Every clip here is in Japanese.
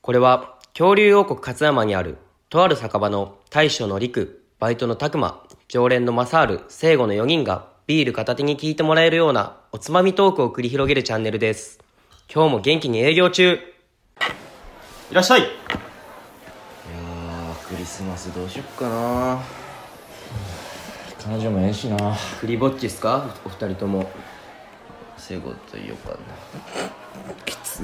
これは恐竜王国勝山にあるとある酒場の大将の陸、バイトの拓磨、常連の正ル、聖護の4人がビール片手に聞いてもらえるようなおつまみトークを繰り広げるチャンネルです。今日も元気に営業中いらっしゃいいやークリスマスどうしよっかな彼女もええしなクリぼっちっすかお二人とも。聖子と言おうかな きつ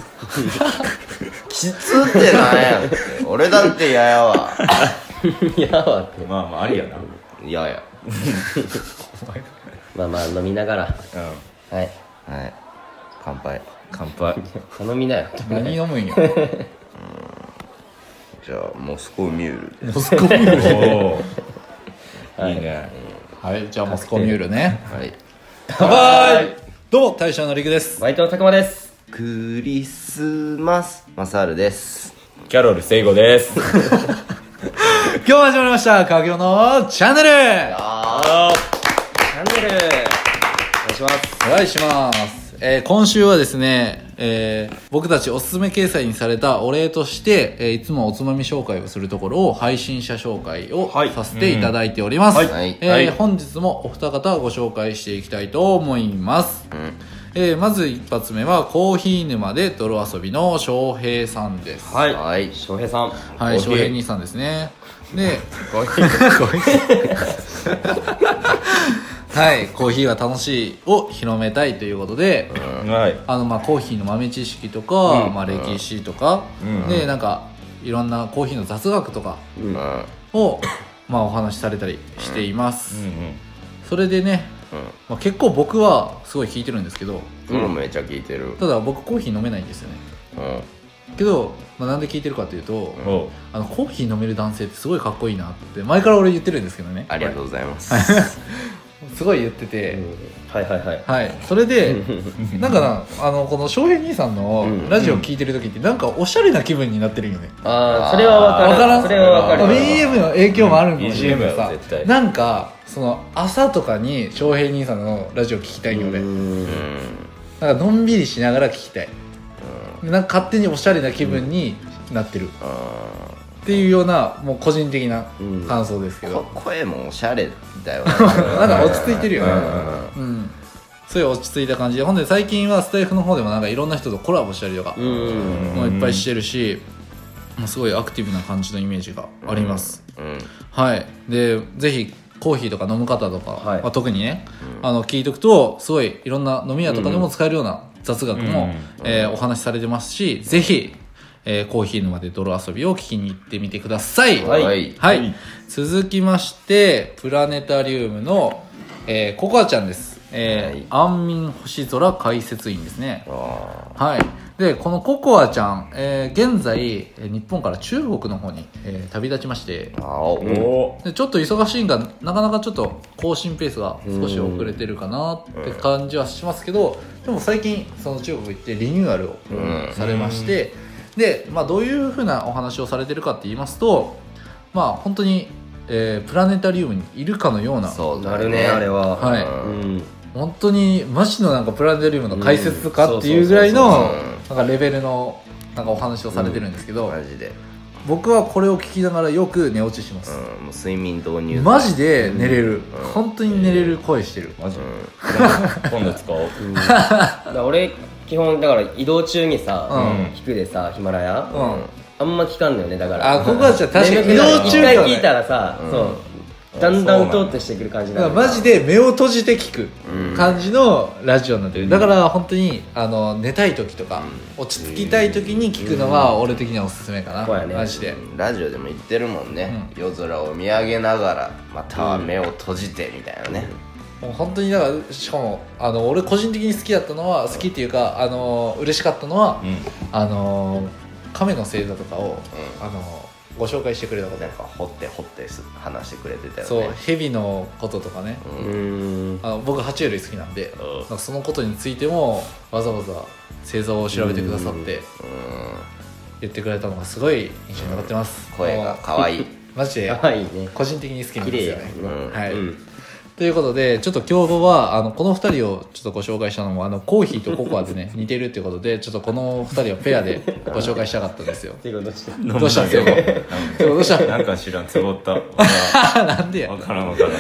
きつってなんや俺だって嫌やわやわって。まあまあありやな嫌やまあまあ飲みながら。うはい。はい乾杯乾杯頼みなよ。何飲 むんやじゃあモスコミュールでモスコミュールおおいいねはいじゃあモスコミュールねはい乾杯どうも大将のりくですバイトの拓磨です。クリスマスマサールですキャロル聖子です今日も始まりました「かげろのチャンネル」チャンネル。お願いします。お願いします、えー今週はですね、えー僕たちおすすめ掲載にされたお礼として、えーいつもおつまみ紹介をするところを配信者紹介をはいさせていただいております、うんはいえーはい本日もお二方をご紹介していきたいと思います、えーまず一発目はコーヒー沼で泥遊びの翔平さんですはい。はい翔平さん。はい、コーヒー翔平兄さんですね。で、ごめんはい、コーヒーは楽しいを広めたいということで、はいあの、まあ、コーヒーの豆知識とか、まあ、歴史とか、うんで、なんか、いろんなコーヒーの雑学とかうんを、まあ、お話しされたりしています。うんそれでね、まあ、結構僕はすごい聞いてるんですけど、うんうんめちゃ聞いてるただ僕コーヒー飲めないんですよね。うんけど、まあ、なんで聞いてるかというと、うんおうあの、コーヒー飲める男性ってすごいかっこいいなって、前から俺言ってるんですけどね。ありがとうございますすごい言ってて、はいはいはい。はい、それでなんかなあのこの翔平兄さんのうんラジオ聞いてる時ってなんかおしゃれな気分になってるよね、ああ、それはわかる。わからんそれはわかる。まあ BM の影響もあるんかもしれないけどうさん BGM は絶対なんかその朝とかに翔平兄さんのラジオ聞きたいよねなんかのんびりしながら聞きたいなんか勝手におしゃれな気分になってるっていうようなもう個人的な感想ですけど、こ声もおしゃれだよねなんか落ち着いてるよねうんうんそういう落ち着いた感じでほんで最近はスタイフの方でもなんかいろんな人とコラボしたりとかう、ん。もういっぱいしてるし、もうすごいアクティブな感じのイメージがあります、うんはいでぜひコーヒーとか飲む方とか、はいまあ、特にね、あの聞いとくとすごいいろんな飲み屋とかでも使えるような雑学も、うんえーお話しされてますしぜひ、えーコーヒー沼で泥遊びを聞きに行ってみてくださいはいはいはい続きましてプラネタリウムの、えーココアちゃんです、えー安眠星空解説員ですねあはい。で、このココアちゃん、えー現在、えー日本から中国の方に、えー旅立ちましてー、あお、おで、ちょっと忙しいんが、なかなかちょっと更新ペースが少し遅れてるかなって感じはしますけど、でも最近、その中国行ってリニューアルをんされまして、で、まあ、どういうふうなお話をされてるかって言いますと、まあ、本当に、えープラネタリウムにいるかのような、そうだなるね、あれは。はうい。うんん。本当にマジのなんかプラネタリウムの解説かっていうぐらいうんのそうそうなんかレベルのなんかお話をされてるんですけど、マジで、僕はこれを聞きながらよく寝落ちしまうす、ん、もう睡眠導入剤マジで寝れる、本当に寝れる声してる、マジ今度使おうだから俺、基本、だから移動中にさ、うん聞くでさ、ヒマラヤ。うんあんま聞かんのよね、だから。あここはじゃあ確かに眠くなる移動中一回だね聞いたらさ、そう。だんだんトーってしてくる感じだかならんマジで目を閉じて聞く感じのラジオになってる、だから本当にあの寝たい時とか、落ち着きたい時に聞くのは俺的にはおすすめかな、そうやねマジで、うんラジオでも言ってるもんね、夜空を見上げながらまたは目を閉じてみたいなね、もう本当にだからしかもあの俺個人的に好きだったのは好きっていうかあの嬉しかったのは、うんあの亀の星座とかを、あのご紹介してくれたことなんか掘って掘ってす話してくれてたよねそう蛇のこととかね、うーん。あの僕爬虫類好きなんで、なんかそのことについてもわざわざ星座を調べてくださって言ってくれたのがすごい印象に残ってます声がも可愛いうマジで可愛いね。個人的に好きなん綺で麗すよやねね。はい、うん。ということで、ちょっと今日は、あの、この二人をちょっとご紹介したのも、あの、コーヒーとココアでね、似てるってことで、ちょっとこの二人をペアでご紹介したかったんですよ。ていうことしてどうしたんですかどうした なんか知らんつぼ ったわなんでや。からんわからん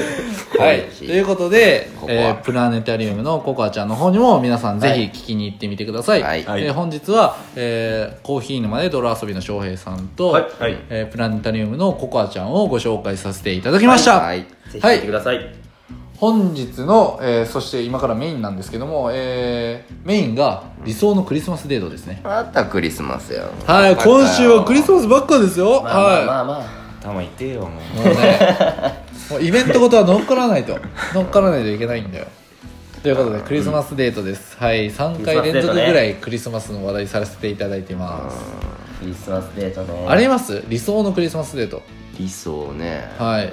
はい。コーとヒーいうことでコ、コアえープラネタリウムのココアちゃんの方にも皆さんぜひ聞きに行ってみてください。はいはいえー本日は、えーコーヒー沼で泥遊びの翔平さんと、はいはいえープラネタリウムのココアちゃんをご紹介させていただきました。はいぜひ聞いてください、本日の、えーそして今からメインなんですけども、えーメインが理想のクリスマスデートですね。またクリスマスやはい、今週はクリスママスばっかですよ。まあまあはまあまあ、頭痛えよもうい。もうね、もうイベントごとは乗っからないと、乗っからないといけないんだよ。ということで、クリスマスデートです。はい、3回連続ぐらいクリスマスの話題させていただいてます。クリスマスデートねあります理想のクリスマスデート。理想ねはい。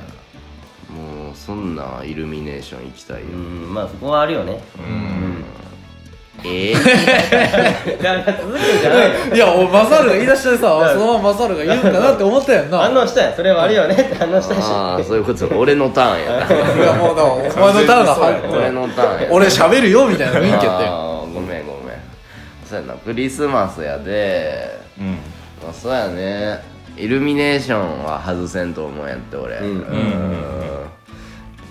もうそんなイルミネーション行きたいうよんまあそこはある よねええだから続けんじゃないよいや、おマサルが言い出してさ、そのままマサルが言うんかなって思ったやんな。反応したやんそれはあるよ ねって反応したし ああそういうこと俺のターンやいやもうだからお前のターンが入な俺ってのターンやな俺喋るよみたいな雰囲気やったよああごめんごめんそうやなクリスマスやでうんまあそうやねイルミネーションは外せんと思うんやって俺うんうん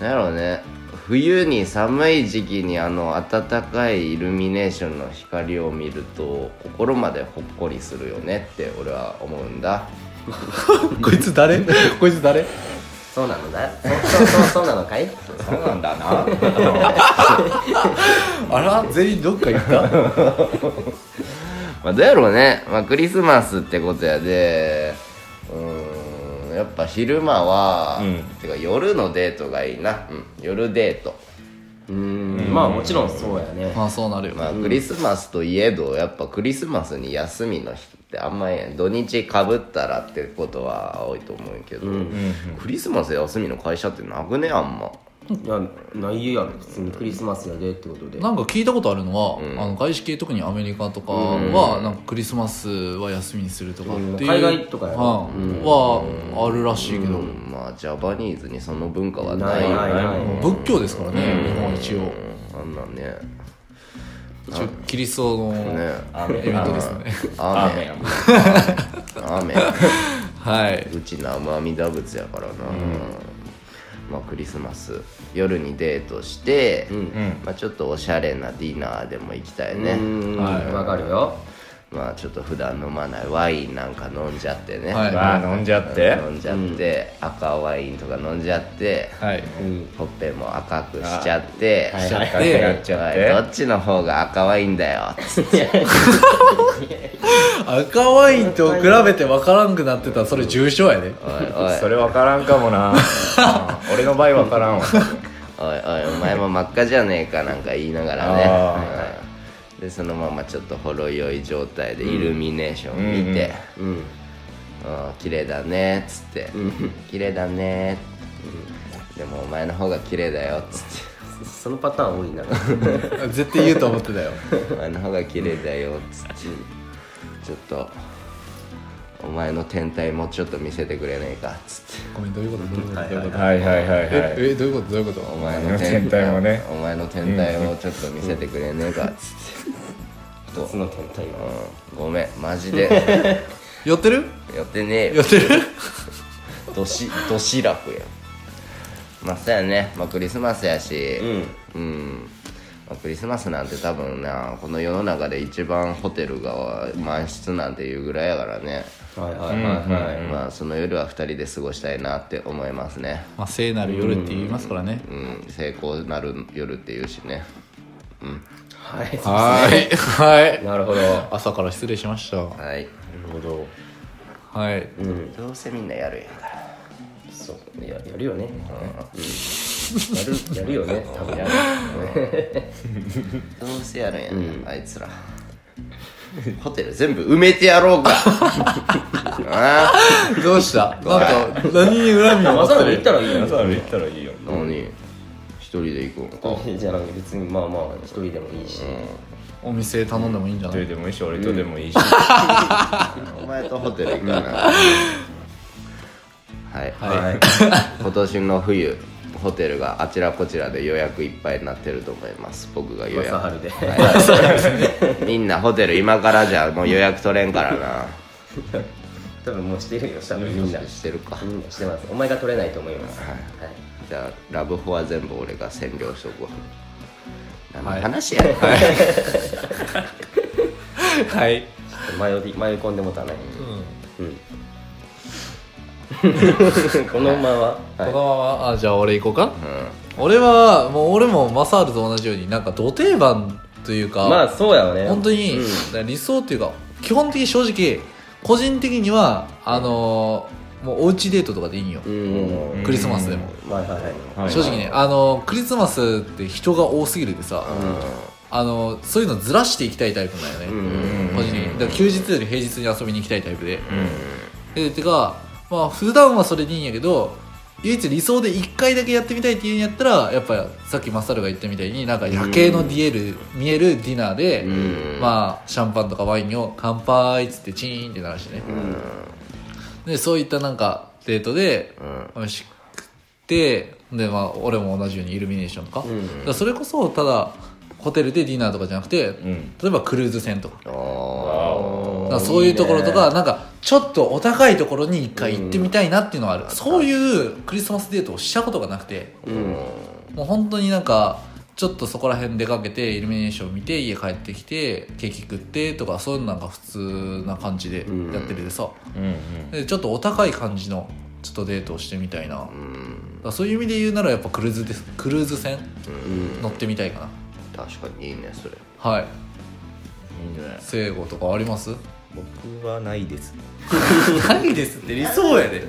なんやろうね冬に寒い時期にあの暖かいイルミネーションの光を見ると心までほっこりするよねって俺は思うんだこいつ誰こいつ誰そうなのだそうそうそうそうなの かいそうなんだなあら全員どっか行ったまあ、どうやろうね、まあ、クリスマスってことやでうーんやっぱ昼間は、うんてか夜のデートがいいな、うん、夜デートうんまあもちろんそうやね まあそうなるよ、まあクリスマスといえどやっぱクリスマスに休みの日ってあんまり土日かぶったらってことは多いと思うけど、クリスマス休みの会社ってなくねあんまいやないやろ普通にクリスマスやでってことでなんか聞いたことあるのは、あの外資系特にアメリカとかは、なんかクリスマスは休みにするとかっていう、海外とかやろうんはあるらしいけど、うんまあジャパニーズにその文化はなないいよないなねい仏教ですからね、日本は一応うんあんなんね一応キリストのねイベントですよねアアーーメメンンアーメン はい、うち生阿弥陀仏やからな、まあクリスマス夜にデートして、まあ、ちょっとおしゃれなディナーでも行きたいね、うんはいわかるよまあちょっと普段飲まないワインなんか飲んじゃってね、はいまあ飲んじゃって飲んじゃって、赤ワインとか飲んじゃって、はいほっぺも赤くしちゃって、しちゃっはいてやっちゃっおいどてっちの方が赤ワインだよつって赤ワインと比べて分からんくなってたらそれ重症やねおいおいそれ分からんかも なあー俺の場合分からんわおいおいお前も真っ赤じゃねえかなんか言いながらね、あうんでそのままちょっとほろ酔い状態でイルミネーション見て「うん綺麗だね」っつって「綺麗だね」でもお前の方が綺麗だよ」っつっそそのパターン多いな絶対言うと思ってたよ て「お前の方が綺麗だよ」っつってちょっと「お前の天体もうちょっと見せてくれないか」っつってごめんどういうことどういうことどういうことはいはいはいえはいえどういうことどういうこと「お前お前のの天体もねお前の天体もちょっと見せてくれねえか」っつって。 一つの天体はうんごめんマ ジで寄ってるやってねえ寄よってるどしどし楽やまあそうやね、まあ、クリスマスやしうん、まあ、クリスマスなんて多分なこの世の中で一番ホテルが満室なんていうぐらいやからね、はいはいはいはいまあその夜は2人で過ごしたいなって思いますねまあ聖なる夜って言いますからねうん成功なる夜っていうしねはい はいはいなるほどな朝から失礼しましたはいるほどはいうんどうせみんなやるやんからそうややるよねやるやるよね多分やるどうせやるんやね、あいつらホテル全部埋めてや ろうかああどうしたなんか何に恨みを持わっざてわざ行っるたらいいよ朝から行ったらいいよ何一人で行くのかじゃなくて別にまあまあ一人でもいいしお店頼んでもいいんじゃ一ない人でもいいし俺とでもいいしお前とホテル行くなはい、は 今年の冬ホテルがあちらこちらで予約いっぱいになってると思います僕が予約朝春で はいみんなホテル今からじゃもう予約取れんからな多分もうしてるよ多分みんなしてるかうんしてますお前が取れないと思いますはいじゃあラブホは全部俺が占領しとくわ何の話やねんはい、迷い迷い込んでもたねうんうん この馬はこのままあじゃあ俺行こうか、俺はもう俺もマサールと同じようになんかド定番というか、まあそうやわね本当にうん理想というか、基本的に正直個人的にはあのーもうおうちデートとかでいいんよ、うんクリスマスでも、まあはいはい正直ね、あのークリスマスって人が多すぎるでさ、あのーそういうのずらしていきたいタイプなんよね、個人的にだから休日より平日に遊びに行きたいタイプで、でてかまあ普段はそれでいいんやけど唯一理想で1回だけやってみたいっていうんやったらやっぱさっきマサルが言ったみたいになんか夜景のディエル、見えるディナーで、まあシャンパンとかワインを乾杯っつってチーンって鳴らしてね、でそういったなんかデートで、美味しくてでまあ俺も同じようにイルミネーションとか,、だからそれこそただホテルでディナーとかじゃなくて、例えばクルーズ船とかだからそういうところとかなんかちょっとお高いところに一回行ってみたいなっていうのはある、そういうクリスマスデートをしたことがなくて、もう本当になんかちょっとそこら辺出かけてイルミネーション見て家帰ってきてケーキ食ってとかそういうのなんか普通な感じでやっててさ、でちょっとお高い感じのちょっとデートをしてみたいな、だからそういう意味で言うならやっぱクルーズですクルーズ船、乗ってみたいかな確かにいいねそれはいいいね聖護とかあります僕はないです ないですって理想やで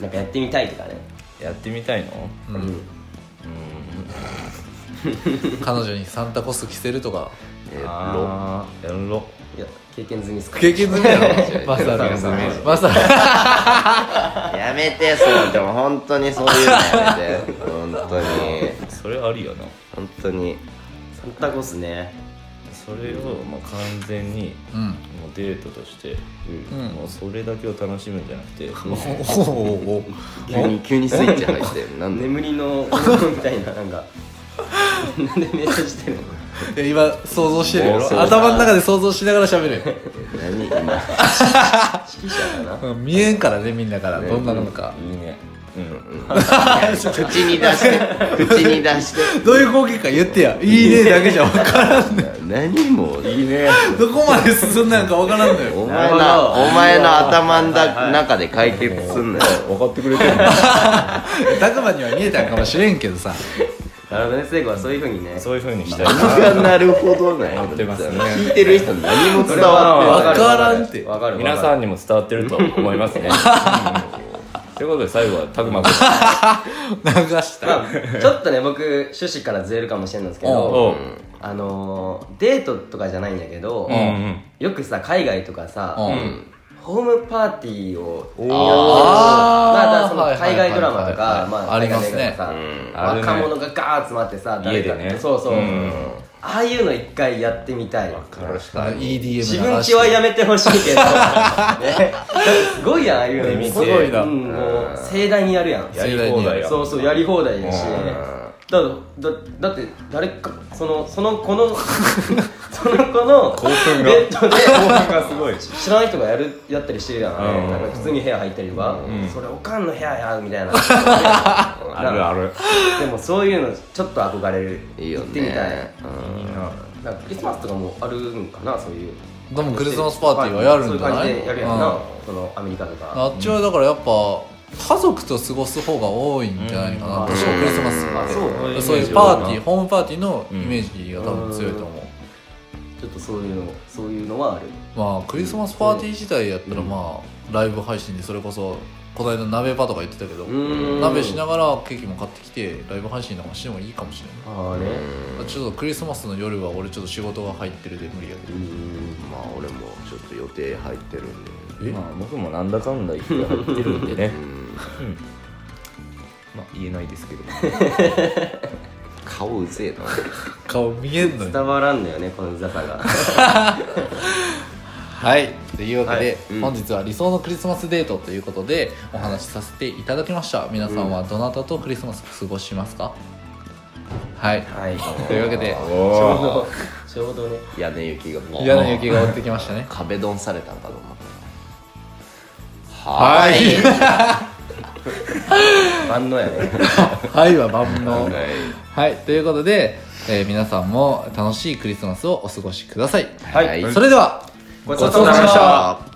なんかやってみたいとかねやってみたいの彼女にサンタコス着せるとかあーやろいや経験済みですか経験済みやろマサル マサルやめてそれでも本当にそういうのやめて本当にそれありやな本当にサンタコスねそれをもう完全にうんもうデートとして、うんもうそれだけを楽しむんじゃなく て、おお急に急にスイッチ入ってるなんで眠りのみたいななん かなんで瞑想してるの今想像してるや妄想ろだ頭の中で想像しながら喋る何今指揮者かなうん見えんからねみんなからどんなのかいいねうん口に出して口に出してどういう光景か言ってやいいねだけじゃ分からん何もういいねどこまで進んだのか分からんのおよ前のお前の頭の中で解決すんのよ分かってくれてるたくまには見えたんかもしれんけどさなるほどね聖子はそういうふうにねそういうふうにしたいな僕がなるほどね思ってますね聞いてる人何も伝わ分っからんってわかる皆んさんにも伝わってると思いますねうんということで最後はたくまくん流したちょっとね僕趣旨からずれるかもしれないんですけどをあのーデートとかじゃないんだけどうんうんよくさ海外とかさうんホームパーティーをやってるまあだからあーその海外ドラマとはいはいはかいまああります海外ねとかさうん若者がガーッ集まってさ誰か家でねそうそううんああいうの一回やってみたいあ EDM 自分ちはやめてほしいけどねだってすごいやんああいうの見てすごいなうんもう盛大にやるやんやり放題やそうそうやり放題やしだだだって誰かそのその子の その子の興奮がベッドでがすごい知らない人がやるやったりしてるやん、あれうんなんか普通に部屋入ったりとか、それおかんの部屋やみ たいなあるあるでもそういうのちょっと憧れるていいよ行ってみたいねなんかクリスマスとかもあるんかなそういうでもクリスマスパーティーはやるんじゃなそういう感じいでやるやんな、そのアメリカとかあっちはだからやっぱ家族と過ごす方が多いんじゃないかな、うん確かクリスマスあって、そううんそういうパーティーホームパーティーのイうんメージが多分強いと思う、ちょっとそういうのそういうのはあるまあクリスマスパーティー自体やったらまあライブ配信でそれこそこの間鍋パとか言ってたけど、ん鍋しながらケーキも買ってきてライブ配信なんかしてもいいかもしれないああねちょっとクリスマスの夜は俺ちょっと仕事が入ってるで無理やけどまあ俺もちょっと予定入ってるんでまあ僕もなんだかんだ言って入ってるんでねうんまあ言えないです けど顔うぜえな顔見えんのよ伝わらんのよねこのうざさがはいというわけで、うん本日は理想のクリスマスデートということでお話しさせていただきました皆さんはどなたとクリスマス過ごしますか、はいはいというわけでちょうおど ちょうどねー屋根雪が降る嫌な雪が降ってきましたね壁ドンされたんかと思ったはい万能やね はいは万能はいはいということで、えー皆さんも楽しいクリスマスをお過ごしください、はいはいそれではごちそうさまでしたあ